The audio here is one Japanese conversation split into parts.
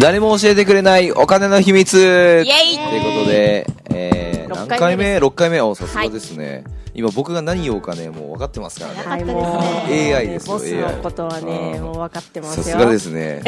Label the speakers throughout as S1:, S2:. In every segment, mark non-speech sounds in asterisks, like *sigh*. S1: 誰も教えてくれないお金の秘密
S2: イエイ
S1: ということで、えー、
S2: 六
S1: 何
S2: 回
S1: 回
S2: 目
S1: 目 ?6 回目をさすがですね、今僕が何言おうかね、もう分かってますからね。
S2: はい
S3: もう
S1: AI ですよ
S3: ボスのことはね
S1: AI
S3: もう分かってます
S1: さ
S3: よ
S1: すがですね。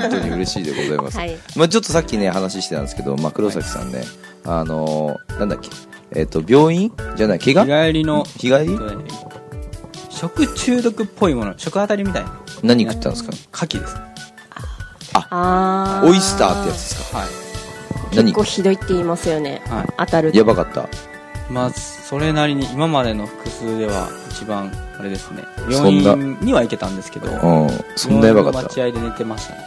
S1: 本当に嬉しいでございます。
S2: はい
S1: まあちょっとさっきね、話してたんですけど、まあ黒崎さんね、あのー、なんだっけ、えっ、と、病院じゃない、怪
S4: 日
S1: 我
S4: 帰りの
S1: 日帰り
S4: 食中毒っぽいもの食当たりみたいな
S1: 何食ったんですか
S4: 牡蠣です
S3: あ
S1: オイスターってやつで
S3: つ
S1: すか
S4: はい
S1: 何
S3: 結構ひどいって言いますよね
S4: はい
S3: 当たる
S1: やばかった。
S4: まあそれなりに今までの複数では一番あれですね
S1: そ
S4: 病
S1: んな
S4: 院には行けたんですけど
S1: うん、そんなやばか
S4: 病
S1: っ
S4: 院の待
S1: た。
S4: 合で寝てましたね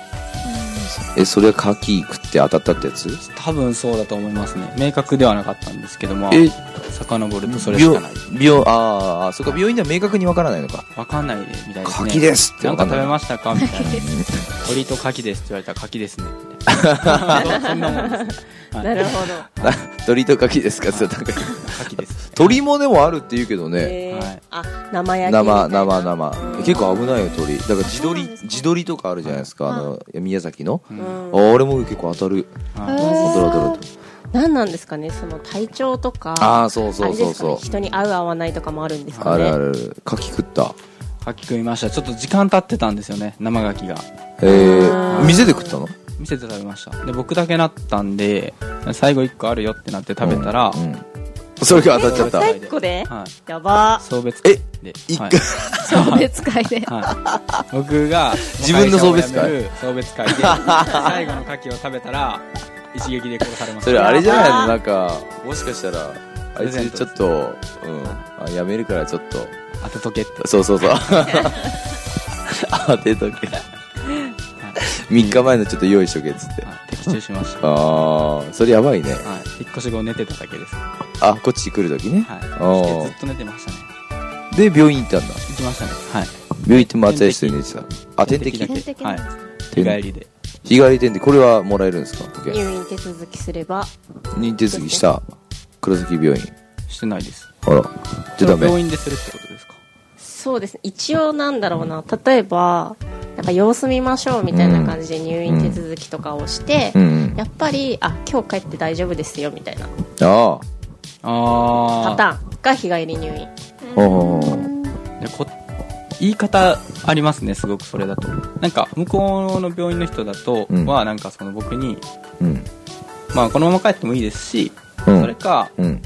S1: え、それはカキ食って当たったってやつ
S4: 多分そうだと思いますね明確ではなかったんですけどまあ
S1: え
S4: 遡るとそれしかない
S1: 病病ああそっか病院では明確にわからないのか *laughs*
S4: わかんないみたいですね
S1: 柿ですって
S4: な
S1: わ
S4: ん
S1: か
S4: か
S1: ん
S4: 食
S1: ない
S4: べましたかみ
S1: *laughs*
S4: たいな鳥と柿ですって言われたら柿ですねみたいなそんなもんですねはい
S3: なるほ
S1: *laughs*
S3: ど
S1: 鳥と柿ですかそれなんか
S4: 柿です
S1: 鳥もでもあるって言うけどね
S3: え
S4: は
S3: ー
S4: い
S3: あ生焼きみた
S1: 生
S3: いな
S1: 生生結構危ないよ鳥だから自撮
S2: そうなん
S1: り
S2: ですか
S1: 自撮りとかあるじゃないですかあの宮崎の
S4: う
S3: うん
S1: あ
S3: ん
S1: 俺も結構当たる
S4: はい
S2: へー
S1: 当たる当たる
S3: 何なんですかねその体調とか
S1: ああそうそう
S3: あれ
S1: そ
S3: で
S1: う
S3: すかね
S1: そう
S3: 人に合う合わないとかもあるんですか
S1: あ
S3: ね
S1: るある柿食った
S4: 柿食いましたちょっと時間経ってたんですよね生牡蠣が
S1: えー店で食ったの
S4: 店で食べましたで僕だけなったんで最後1個あるよってなって食べたら、
S1: うんうんそれが当たっちゃっ
S4: え
S3: 最後で
S4: はい、
S3: やば
S4: 送別
S1: え
S4: で
S1: 一回
S4: はい
S2: *laughs* 送別会で
S4: はい、僕が
S1: 自分の送別会
S4: 会社を辞める送
S1: *laughs*
S4: 別会で最後の牡蠣を食べたら一撃で殺されま
S1: たそ
S4: した
S1: れあれじゃないの
S3: やば
S1: なんかもしかしたらあいつちょっとうんあやめるからちょっと
S4: 当てとけって
S1: そうそうそう。当てとけ。3日前のちょっと用意しとけっつって。
S4: はい的中しました、
S1: ああ、それやばいね。
S4: はい、引っ越し後寝てただけです、は
S1: あ、こっち来るときね。
S4: い、
S1: おー
S4: そしてずっと寝てましたね
S1: で、病院行ったんだ。
S4: 行きましたねはい
S1: 病院行って松井室で寝てた。あ、点滴
S4: 点
S1: 日
S4: 滴
S2: 点滴
S4: はい
S1: 点滴
S4: 日帰りで
S1: 帰り点滴。これはもらえるんですか保険
S3: 入院手続きすれば
S1: 認定続きした。黒崎病院。
S4: してないです
S1: あら。じゃダ
S4: 病
S1: メ。
S4: 院でするってことですか
S3: そうですね一応なんだろうな例えばなんか様子見ましょうみたいな感じで入院手続きとかをして、
S1: うんうん。
S3: やっぱりあ今日帰って大丈夫ですよみたいな
S1: ああ。
S4: あ
S3: パターンが日帰り入院
S1: おー
S4: でこ言い方ありますねすごくそれだとなんか向こうの病院の人だと
S1: うん
S4: はなんかその僕に、
S1: うん。
S4: まあ、このまま帰ってもいいですし、
S1: うん
S4: それか、
S1: うん。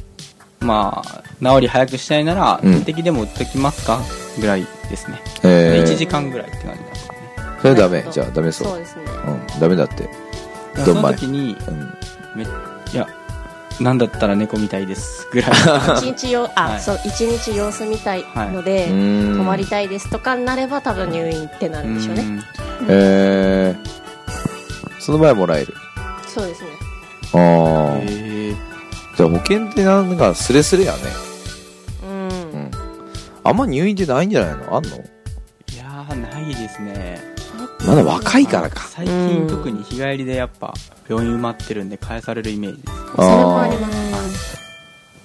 S4: まあ、治り早くしたいなら
S1: うん
S4: 点滴でも打っときますかぐらいですね、
S1: え
S4: 1
S1: え。
S4: 時間ぐらいって感じなんですね
S1: それダメ。じゃあダメ
S3: そう
S1: そう。
S3: ですね
S1: うん。ダメだって。
S4: で
S1: ど
S4: そ
S1: んま
S4: の
S1: い
S4: 時に
S1: うん。
S4: めいやなんだったら猫みたいです
S1: *laughs*
S4: ぐらい
S3: 一日よあ、
S4: はい
S3: そう一日様子見たいので、
S1: うーん
S3: 泊まりたいですとかになれば多分入院ってな
S4: う
S3: るんでしょうね
S4: ん
S1: えー、その前もらえる。
S3: そうですね
S1: ああ、
S4: へえ
S1: じゃあ保険ってなんかスレスレやね。
S3: うん、
S1: うん。あんま入院ってないんじゃないのあんの
S4: いやーないですね
S1: まだ若いからか。
S4: 最近特に日帰りでやっぱ病院埋まってるんで返されるイメージです
S3: それもあります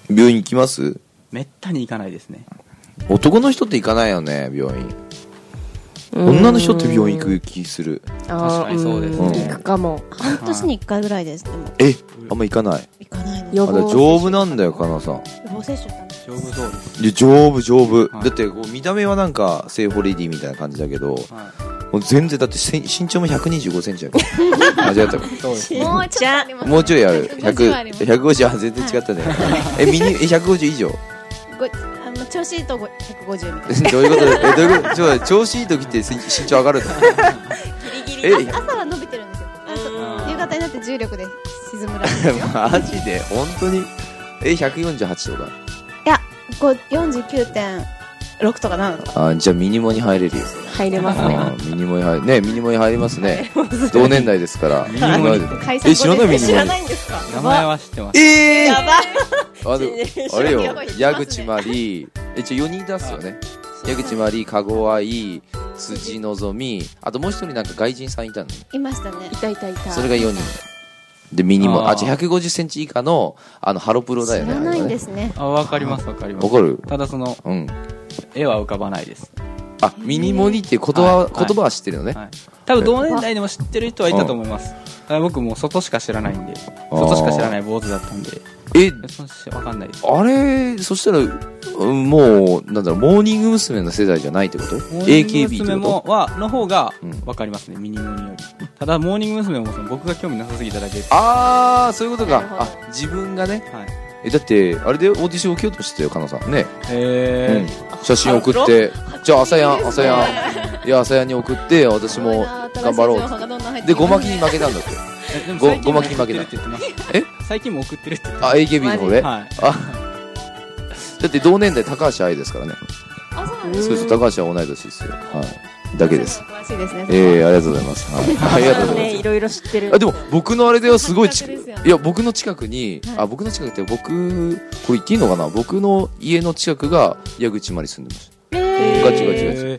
S1: 病院行きます
S4: めったに行かないですね
S1: 男の人って行かないよね、病院。
S3: うん
S1: 女の人って病院行く気する。
S3: あー
S4: 確かにそうです
S1: ね
S3: ん行くかも
S5: 半年に1回ぐらいですでも
S1: えあんま行かない。
S5: 行かないです
S3: 予
S1: あ、だから
S3: 防
S1: 丈夫なんだよ、かなさん。
S5: 予防接種だったんです
S4: 丈夫そうです、
S1: いや、丈夫、丈夫。
S4: はい
S1: だってこう、見た目はなんか、セーフォレディみたいな感じだけど、
S4: は
S1: もう全然、だってせん身長も125センチや *laughs* から。間違ったか。
S4: い、そうです
S2: もうちょっとあります
S1: もうちょいある。
S2: 150あり
S1: 100
S2: ます
S1: 150は全然違ったね。え、ミニ、え、150以上 *laughs*
S5: ごあの調子いいとご150みたい
S1: どういうことえ、どういうことちょっと待って調子いい時ってせ身長上がるの *laughs*
S3: ギリギ
S1: え
S3: リ、
S5: な朝は伸びてるんですよあそう
S4: あー
S5: 夕方になって重力で沈むらしいですよ
S1: マジで本当にえ、148と
S5: いやこう49.6とか7とか
S1: か。あ、じゃあミニモに入れるよ。
S3: 入
S1: *laughs*
S3: れますね
S1: あミニモに入る。ね、ミニモに入りますね。同年代ですから。
S4: ミニモニ
S5: 解散
S1: え、知らないミニ
S3: 知
S1: モ
S3: ら
S1: に
S3: な。いんですか
S4: 名前は知ってます
S1: え
S3: や
S1: ー
S3: ば
S1: あ
S3: 知
S1: の、あれ
S3: らない
S1: よ
S3: やばい人います。ね
S1: 矢口まり、え、ちょ、4人出すよね。矢口まり、かごあい、辻のぞみ、あともう一人なんか外人さんいたの
S5: いましたね
S3: いたいたいた
S1: それが4人。で、ミニモ。あ、
S4: あー
S1: じゃ150センチ以下の、あの、ハロプロだよ
S5: 知
S1: ね。。
S5: らないんですすね
S4: *laughs* あわかりますわかります
S1: わかる
S4: ただその
S1: うん。
S4: 絵は浮かばないです
S1: あミニモニっていう言葉は
S4: はい
S1: 言葉は知ってるのね、
S4: はい、多分同年代でも知ってる人はいたと思います、あ僕もう外しか知らないんで外しか知らない坊主だったんで
S1: え
S4: そしわかんないです
S1: あれそしたらうんもうなんだろうモーニング娘。の世代じゃないってこと
S4: モーニン
S1: AKB っ
S4: グ
S1: て
S4: 娘。
S1: こ
S4: もはの方が
S1: うん
S4: わかりますね、ミニモニよりただモーニング娘。もその僕が興味なさすぎただけで
S1: とああそういうことか
S3: なるほど
S1: あ自分がね
S4: はい
S1: えだってあれでオーディション受けようとしてたよかなさんね、
S4: え
S1: うん写真送ってじゃあ朝やん朝やんいや朝やんに送って私も頑
S5: *laughs*
S1: 張ろう
S2: う
S1: でごまきに負けたんだって
S4: ー、でも
S1: ご
S4: 最
S1: ご
S4: 近
S1: まきに負けた
S4: 送ってるって言って
S1: え
S4: ます最近も送ってるって言ってま
S1: あ AKB の方で、
S4: すはい
S1: あだって同年代高橋愛ですからねそうです高橋は同い年ですよはいだけです
S5: 詳しいですね。
S1: ええありがとうございます、 *laughs* はい、ありがとうございます
S3: ねいろいろ知ってる
S1: あでも僕のあれではすごい近
S5: 感覚ですよね
S1: いや僕の近くに、あ僕の近くって僕これ言っていいのかな僕の家の近くが矢口まり住んでました
S3: えー
S1: ガチガチガチ
S4: えー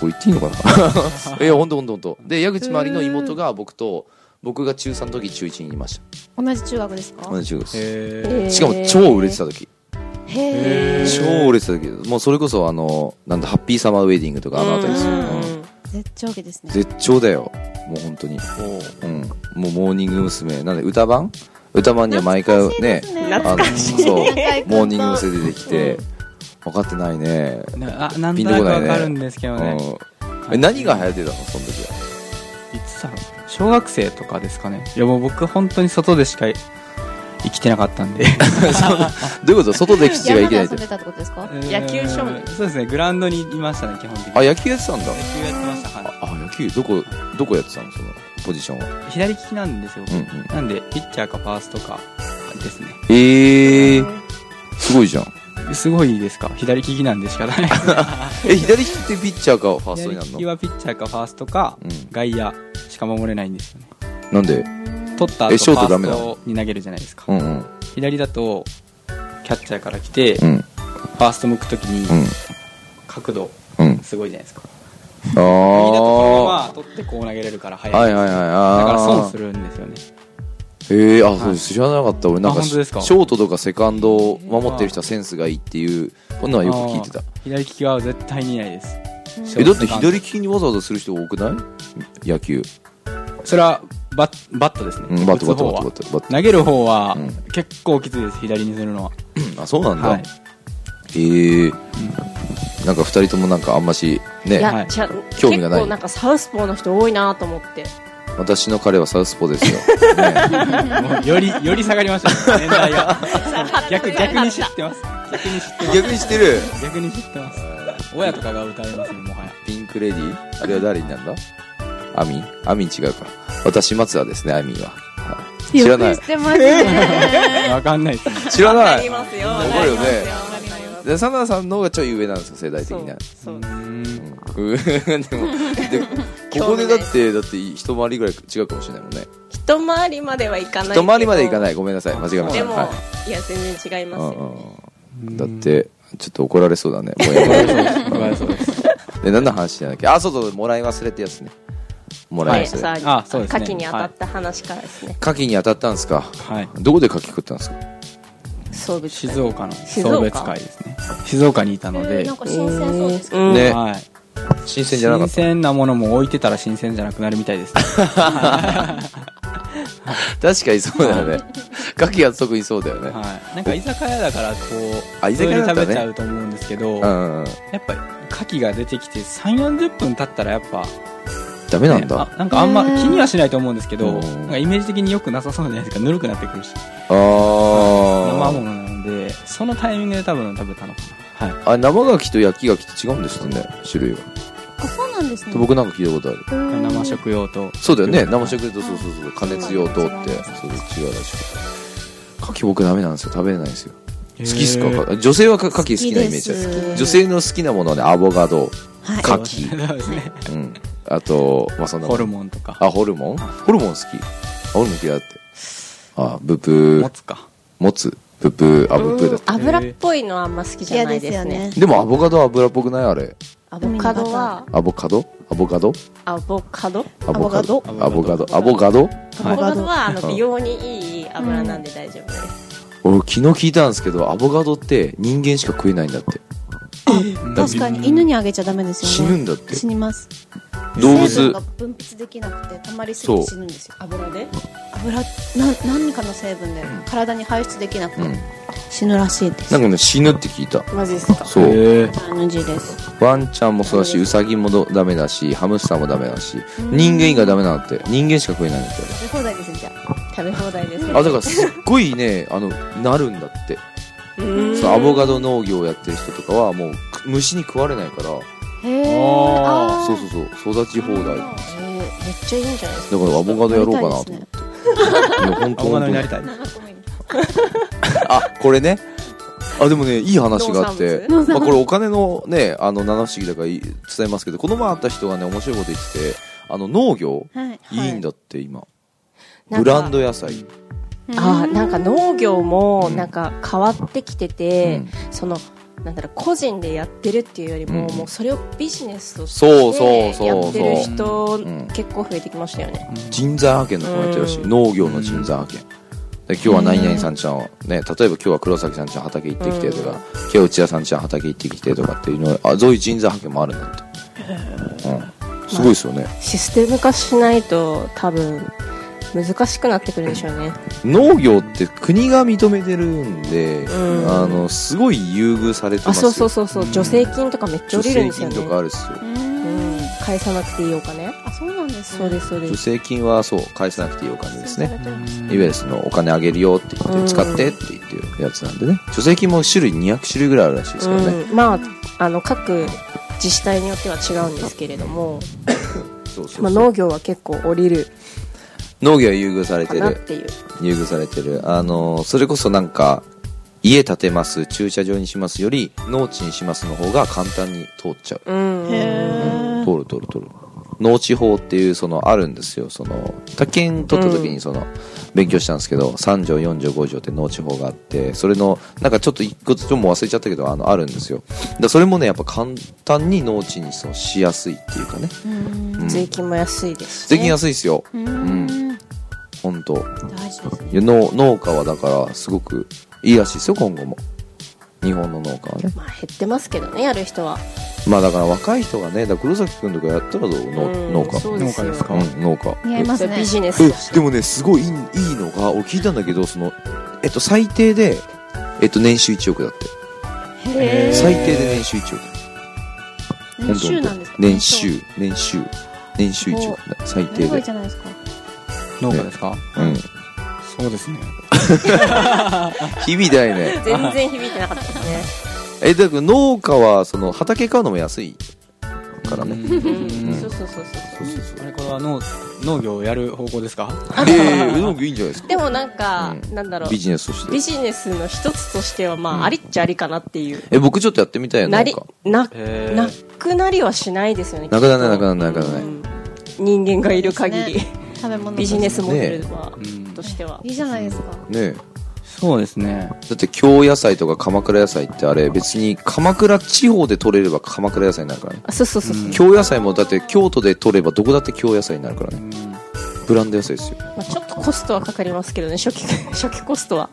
S1: これ言っていいのかな *laughs* いや本当本当本当で矢口まりの妹が僕と僕が中3の時中1にいまし
S5: 同じ中学ですか
S1: た同じ中学です
S4: えー
S3: えー
S1: しかも超売れてた時
S5: へ
S4: えー
S1: 超売れてた時もうそれこそあのなんだハッピーサマーウェディングとかあのあたりですよ、
S3: うん
S1: うん
S5: ー絶頂期ですね。
S1: 絶頂だよもう本当にうんもうモーニング娘。なんで歌版歌版には毎回ね
S3: 懐かしい
S1: あのそう
S5: 中居君と
S1: モーニング娘。出てきて、分かってないね、
S4: なあなん
S1: ピ
S4: と
S1: ンとこ
S4: なく
S1: ない
S4: わ
S1: ね
S4: かるんですけ
S1: う
S4: ど
S1: ん
S4: ね、
S1: え何が流行ってたのその時はい
S4: つだろう小学生とかですかねいやもう僕本当に外でしか生きてなかったんで
S1: どういうこと外で吉がいけないって
S5: 山で遊んでたってことですか
S3: *laughs* 野球少年
S4: えーそうですねグラウンドにいましたね基本的に
S1: あ野球やってたんだ
S4: 野球やってましたは
S1: あ野球どこどこやってたのそのポジションは、
S4: い左利きなんですよ、
S1: うんうん、
S4: なんでピッチャーかファーストかですね
S1: ええすごいじゃん
S4: すごいですか左利きなんで仕方ない
S1: え左利きってピッチャーかファースト
S4: 左
S1: にな
S4: 利
S1: る
S4: き
S1: の
S4: はピッチャーかファーストか
S1: うん
S4: 外野しか守れないんですよね
S1: なんで
S4: 取った
S1: えショ
S4: 後
S1: ート
S4: ファ
S1: ダ
S4: ー
S1: メ
S4: ス
S1: なの
S4: トに投げるじゃないですか、
S1: うんうん
S4: 左だとキャッチャーから来て、
S1: う
S4: フ
S1: ん
S4: ァースト向くとき
S1: う
S4: に
S1: ん
S4: 角度
S1: うん
S4: すごいじゃないですか
S1: あ
S4: 右だとそのま
S1: あ
S4: ま取ってこう投げれるから速い
S1: はいはいはいあ
S4: だ
S1: ー
S4: から損するんですよね
S1: ええあ、そ
S4: は
S1: う
S4: い
S1: 知らなかった俺なんか
S4: あ本当ですか
S1: ショートとかセカンドを守ってる人はセンスがいいっていうこんなのはよく聞いてた
S4: 左利きは絶対にないです
S1: えだって左利きにわざわざする人多くない野球、
S4: それはバッバットですね、
S1: うん、バットバット
S4: 打つ
S1: バ
S4: 方
S1: ットバ
S4: は
S1: ットバッ
S4: 投げる方は
S1: うん
S4: 結構きついです左にするのは、
S1: トあそうなんだ、
S4: はい
S1: ええなんか二人ともなんかあんまし
S3: い
S1: ね
S4: は
S3: や、
S4: い
S3: じゃ
S1: 興味がない
S3: 結構なんかサウスポーの人多いなと思って
S1: 私の彼はサウスポーですよ、ね
S4: もうよりより下がりましたね年代が逆逆に知ってます *laughs* 逆に知ってます
S1: 逆にしてる
S4: 逆に知ってます親とかが歌えますねもはや
S1: ピンクレディーあれは誰になるんだアミンアミン違うか私松田ですねアミンは、はい知らない
S5: よく知ってますね。
S4: わかんないですね
S1: 知らない
S3: ますよ
S1: わかるよねでサナさんの方がちょい上なんですよ世代的には
S3: そうう
S4: ーん
S1: うん *laughs* でもでここでだってだって一回りぐらい違うかもしれないもんね
S3: 一回りまではいかないけど
S1: 一回りまでいかないごめんなさい間違えまし
S3: で
S1: た
S3: も、
S1: はい
S3: い、や全然違いますよ、
S1: うんうんだってちょっと怒られそうだ *laughs* ねもうやめ
S4: わかんないそうです
S1: ろで何の話じゃなきゃあそうそうもらい忘れってやつねもらい忘れ、
S3: さ
S4: あそうですね
S3: 牡蠣に当たった話からですね、
S1: 牡蠣に当たったんですか
S4: はい
S1: どこで牡蠣食ったんですか
S3: そうです
S4: 静岡の
S3: 静岡
S4: 送別会ですね静岡にいたので、
S5: なんか新鮮そうです。
S3: うん
S1: ね
S4: はい、
S1: 新鮮じゃなか
S4: 新
S1: った
S4: 鮮なものも置いてたら新鮮じゃなくなるみたい *laughs* ですね
S1: 確かにそうだよね牡蠣は特にそうだよね、
S4: はい、なんか居酒屋だからこう
S1: あ居酒屋だった
S4: 普
S1: らね
S4: 通に食べちゃうと思うんですけど、
S1: う
S4: や
S1: んうんうん
S4: っぱり牡蠣が出てきて3 4 0分経ったらやっぱ、
S1: ダメな
S4: ね
S1: んだ、
S4: あなんかあんま気にはしないと思うんですけど
S1: うん
S4: なんかイメージ的に良くなさそうじゃないですかぬるくなってくるし
S1: あ
S4: 生
S1: ー
S4: ものなんでそのタイミングで多分食べたのかな、はい
S1: あ生牡蠣と焼き牡蠣って違うんですよね種類が
S5: あ、そうなんですね。
S1: 僕なんか聞いたことある
S4: 生食用と
S1: そうだよね生食でとそうそうそう加熱用とってそう違うらしく牡蠣僕ダメなんですよ食べれないんですよ好きっす
S4: へー
S1: か女性はか牡蠣好きなイメージあ
S5: 好きで
S1: る
S5: す
S1: 女性の好きなものはねアボカド
S5: はい
S1: 牡蠣
S4: そうですね
S1: うんあとまあそんなも
S4: ホ
S1: ん
S4: ルモンとか
S1: あホルモンホルモン好きあホルモン嫌いだってあブプ
S4: 持
S1: ー
S4: つか
S1: もつブプーあブプーだっ
S3: うん油っぽいのはあんま好きじゃ
S5: 嫌
S3: ない
S5: で
S3: ですす
S5: よ
S3: ね
S5: ね。
S1: たでもアボカドは油っぽくないあれ
S3: アボカドは
S1: アボカドアボカド
S3: アボカド
S1: アボカドア
S4: ア
S1: ボ
S4: ボ
S1: カ
S4: カ
S1: ド
S4: ド
S1: アボカド
S3: ア
S5: ア
S3: ボ
S5: ボ
S3: カ
S5: カ
S3: ド
S5: ド
S3: はあ
S1: う
S3: の
S1: ん
S3: 美容にいい油なんで大丈夫です、
S1: 俺昨日聞いたんですけどアボカドって人間しか食えないんだって
S5: 確かに犬にあげちゃダメですよね
S1: 死ぬんだって
S5: 死にます
S1: 動
S5: 成分
S1: 物
S5: が分泌できなくて溜まりすぎて
S1: そ
S5: 死ぬんですよ油で油な何かの成分で体に排出できなくて、
S1: うん
S5: 死ぬらしいです
S1: なんかね死ぬって聞いた
S3: マジですか
S1: そう
S4: へえ
S5: NG です
S1: ワンちゃんもそうだしウサギもどダメだしハムスターもダメだし人間以外ダメなんだって人間しか食えないんだって
S5: 食べ放題ですじゃあ
S3: 食べ放題です
S1: あだからすっごいね *laughs* あのなるんだってそのアボカド農業をやってる人とかはもうく虫に食われないから
S5: へえ
S4: あ
S1: そうそうそう育ち放題だか
S3: えーめっちゃいいんじゃないです
S1: らアボカドやろうかなと思って、
S5: ね、
S1: いや本当
S4: 青
S1: 本
S4: 花
S1: 当
S4: になりたい
S1: あこれねあでもねいい話があって、
S5: 農産
S1: まあ、
S5: 物
S1: これお金のねあの七不思議だからい伝えますけどこの前会った人がね面白いこと言っててあの農業
S5: はい
S1: いいんだって今、
S3: なん
S1: ブ
S3: か
S1: ランド野菜
S3: かあーなんか農業も
S1: うん
S3: なんか変わってきてて、
S1: うん
S3: そのなんだろう個人でやってるっていうよりも、
S1: うん
S3: もうそれをビジネスとして
S1: そうそうそう
S3: やってる
S1: そう
S3: 人、
S1: ん
S3: 結構増えてきましたよね
S1: 人材派遣の子もやってるらしい、
S3: うん
S1: 農業の人材派遣で今日は何々さんちゃんをね例えば今日は黒崎さんちゃん畑行ってきてとか、
S3: うん
S1: 今日は内田さんちゃん畑行ってきてとかっていうのあそういう人材派遣もあるんだって、うん、すごいですよね、
S3: システム化しないと多分難しくなってくるでしょうね
S1: 農業って国が認めてるんで、
S3: うん
S1: あのすごい優遇されて
S3: あ
S1: ます
S3: そ
S1: よ
S3: うそうそうそう助成金とかめっちゃ降
S1: 助
S3: りるん
S1: 成
S3: ですよ
S1: 金
S3: ね
S1: とかあるっすよ
S5: う
S3: うん
S5: ん
S3: 返さなくていいお金
S5: あそうなんです
S3: そう
S5: ね
S3: ですそうで
S1: 助
S3: す
S1: 成金はそう返さなくていいお金ですねいわゆ
S4: ゆ
S1: るそのお金あげるよって言
S3: う
S1: っ
S3: ん
S1: て使ってって言ってるやつなんでね助成金も種類200種類ぐらいあるらしいですからね、
S3: うん、まああの各自治体によっては違うんですけれども、
S1: そうそう
S3: まあ、
S1: そう
S3: 農業は結構降りる
S1: 農業は優遇され
S3: か
S1: て
S3: なっ
S1: る
S3: ていう
S1: 優遇されてるあのそれこそなんか家建てます駐車場にしますより農地にしますの方が簡単に通っちゃう
S3: うん
S5: へ
S1: 取る取る取る農地法っていうそのあるんですよその宅建取った時にその、勉強したんですけど3条4条5条って農地法があってそれのなんかちょっと一個ずつもう忘れちゃったけどあのあるんですよだそれもねやっぱ簡単に農地にそのしやすいっていうかね、うん
S3: 税金も安いです、ね、
S1: 税金安いですよ
S5: え
S1: ん本当
S5: 大事ですね
S1: いや農農家はだからすごくいいらしいですよ今後も日本の農家はね
S3: まあ減ってますけどねやる人は
S1: まあだから若い人がねだから黒崎君とかやったらどう農
S3: うん
S1: 農家
S3: そうですよ
S4: 農家ですか
S1: うん農家
S5: 似合いま
S3: そ
S5: す
S3: れ
S5: ね
S3: ビジネスだし
S1: えでもねすごいいいいいのが俺聞いたんだけどその、えっと、最低で、えっと、年収1億だって
S5: へー
S1: 最低で年収1億
S5: 年収なんですか
S1: 年収年収年収1億だ最低
S5: すごい
S1: で
S5: じゃないですか
S4: 農家ですか
S1: うん
S4: そうですね
S1: 響いてない
S5: *laughs*
S1: ね
S3: 全然響いてなかったですね
S1: えだから農家はその畑買うのも安いからね
S4: うん
S3: そうそうそうそうそう
S4: あれこれは農農業をやる方向ですか
S1: いやいやいや農業いいんじゃない
S5: *laughs*
S1: ですか
S3: でもなんか、
S1: う
S3: なんだろう
S1: ビジネスとして
S3: ビジネスの一つとしてはまあ、
S1: うん
S3: ありっちゃありかなっていう
S1: え僕ちょっとやってみたいよ
S3: な
S1: 農
S3: り
S1: 家
S3: な
S4: へ
S3: なくなりはしないですよね
S1: なくならない
S3: き
S1: なく
S3: っと
S1: ならないなくならない
S3: うん人間がいる限り、
S5: 食べ物
S3: ビジネスモデルは、
S4: うん
S3: としてはい
S5: いじゃないですか
S1: ねえ
S4: そうですね
S1: だって京野菜とか鎌倉野菜ってあれ別に鎌倉地方で取れれば鎌倉野菜になるからね
S3: あそうそうそうそう、
S4: うん
S1: 京野菜もだって京都で取ればどこだって京野菜になるから
S4: う
S1: ね
S4: ん
S1: ブランド野菜ですよ
S3: まあ、ちょっとコストはかかりますけどね初期 *laughs* 初期コストは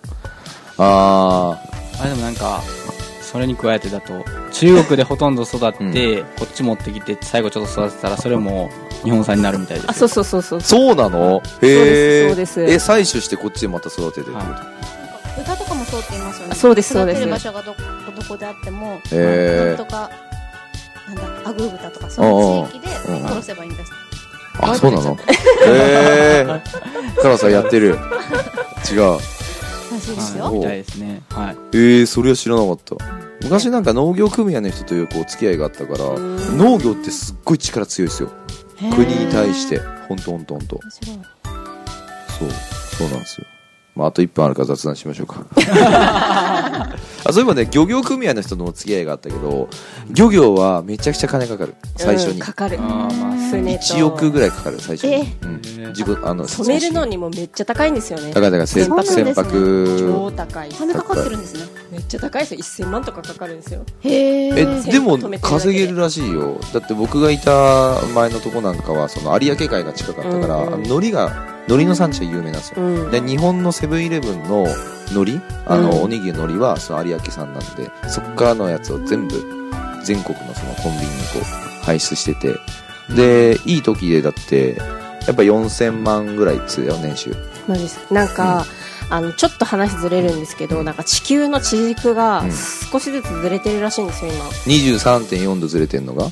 S1: ああ
S4: あれでもなんかそれに加えてだと中国でほとんど育って、こっち持ってきて最後ちょっと育てたらそれも日本産になるみたいです
S3: あそうそうそうそう
S1: そうなのへえ
S3: そうですそう
S1: え
S3: で
S1: 採取してこっちでまた育ててるってこと、
S5: 歌とかもそうって言いますよね
S3: あそうですそう
S5: 育
S3: です
S5: てる場所がどこどこであっても、
S1: へー
S5: なんとかなんだアグー豚とかその地域で
S1: うんうん
S5: 殺せばいいんです
S1: あそうなの *laughs* へえカラさんやってる違う
S5: らしいで
S4: はい
S5: すよ
S4: みたいですねはい
S1: えー、それは知らなかった昔なんか農業組合の人とよくお付き合いがあったから
S3: うん
S1: 農業ってすっごい力強いですよ
S5: へー
S1: 国に対してほんとほんとほんと
S5: 面白い
S1: そうそうなんですよ、まあ、あと1分あるから雑談しましょうかあそういえばね漁業組合の人とのお付き合いがあったけど漁業はめちゃくちゃ金かかる最初
S3: うん
S1: に、
S3: かかる
S4: あーまあ
S3: 船と
S1: 1億ぐらいかかる最初に、
S5: え
S1: うん
S4: へー
S1: 自分あの
S3: 染めるのにもめっちゃ高いんですよね
S1: だからだから船舶
S5: そ
S1: 船
S5: うなんですね
S3: 超
S1: 舶
S3: 高い
S5: 金かかってるんですね
S3: めっちゃ高いですよ1000万とかかかるんですよ
S1: え
S5: へえ
S1: でも稼げるらしいよだって僕がいた前のとこなんかはその有明海が近かったから、
S3: うん
S1: あの海苔が海苔の産地が有名なんですよ、
S3: うん
S1: で日本のセブンイレブンの海苔あの、
S3: うん
S1: おにぎりの海苔はその有明産なんでそっからのやつを全部全国のそのコンビニにこう排出しててでいい時でだってやっぱ4000万ぐらいっつうよ年収
S3: マジですなんか、あのちょっと話ずれるんですけどなんか地球の地軸が
S1: うん
S3: 少しずつずれてるらしいんですよ今
S1: 23.4度ずれてんのが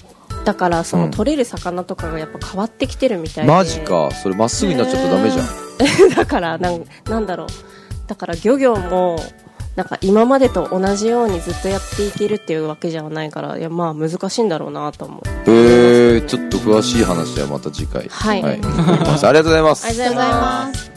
S3: だからそうの
S1: ん
S3: 取れる魚とかがやっぱ変わってきてるみたいで
S1: マジかそれまっすぐになっちゃったらダメじゃん
S3: *laughs* だからなんなんだろうだから漁業もなんか今までと同じようにずっとやっていけるっていうわけじゃないからいやまあ難しいんだろうなと思う
S1: えー、ちょっと詳しい話はまた次回
S3: はい
S1: *laughs* お願いしますありがとうございます
S3: ありがとうございます